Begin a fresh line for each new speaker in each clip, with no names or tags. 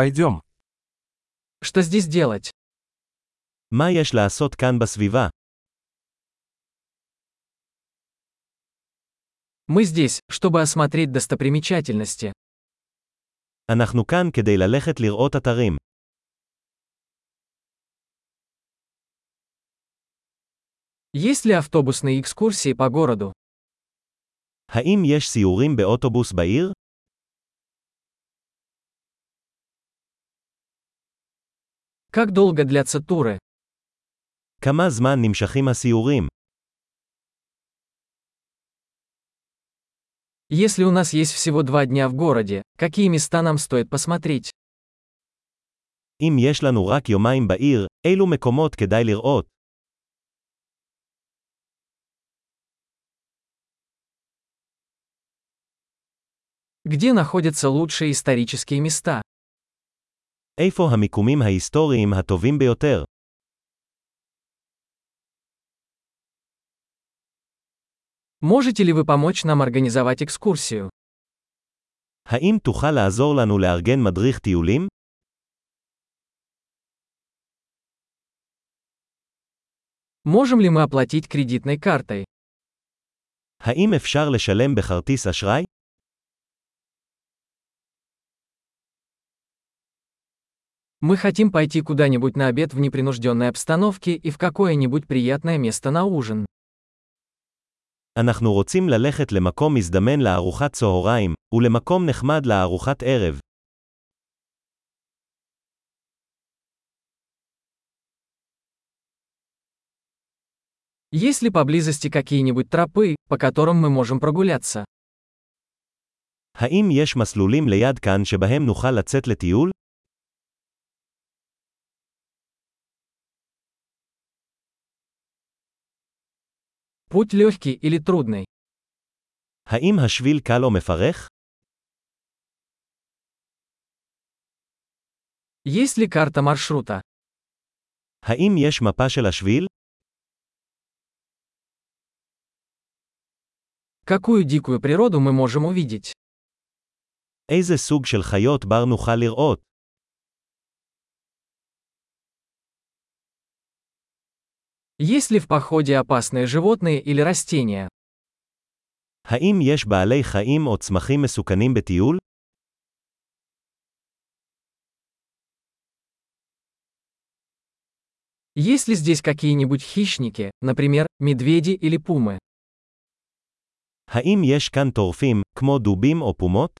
Пойдем.
Что здесь делать?
מה יש לעשות כאן בסביבה?
Мы здесь, чтобы осмотреть достопримечательности.
אנחנו כאן כדי ללכת לראות אתרים.
Есть ли автобусные экскурсии по городу?
האם יש סיורים באוטובוס בעיר?
Как долго длятся туры?
כמה זמן נמשכים הסיורים?
Если у нас есть всего два дня в городе, какие места нам стоит посмотреть?
אם יש לנו רק יומיים בעיר, אילו מקומות כדאי לראות?
Где находятся лучшие исторические места?
איפה המיקומים ההיסטוריים הטובים ביותר?
Можете ли вы помочь нам организовать экскурсию?
האם תוכל לעזור לנו לארגן מדריך טיולים?
Можем ли мы оплатить кредитной картой?
האם אפשר לשלם בכרטיס אשראי?
Мы хотим пойти куда-нибудь на обед в непринужденной обстановке и в какое-нибудь приятное место на ужин.
אנחנו רוצים ללכת למקום מזדמן לארוחת צהריים, ולמקום נחמד לארוחת ערב.
Есть ли поблизости какие-нибудь тропы, по которым мы можем прогуляться?
האם יש מסלולים ליד כאן שבהם נוכל לצאת לטיול?
Путь легкий или трудный?
האם השביל קל או מפרך?
Есть ли карта маршрута?
האם יש מפה של השביל?
Какую дикую природу мы можем увидеть?
איזה סוג של חיות בר נוכל לראות?
Есть ли в походе опасные животные или растения?
האם יש בעלי חיים או צמחים מסוכנים בטיול?
Есть ли здесь какие-нибудь хищники, например, медведи или пумы?
האם יש כאן טורפים, כמו דובים או פומות?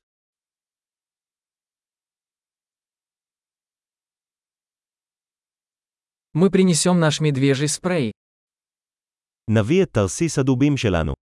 Мы принесем наш медвежий спрей.
נביא את תרסיס הדובים שלנו.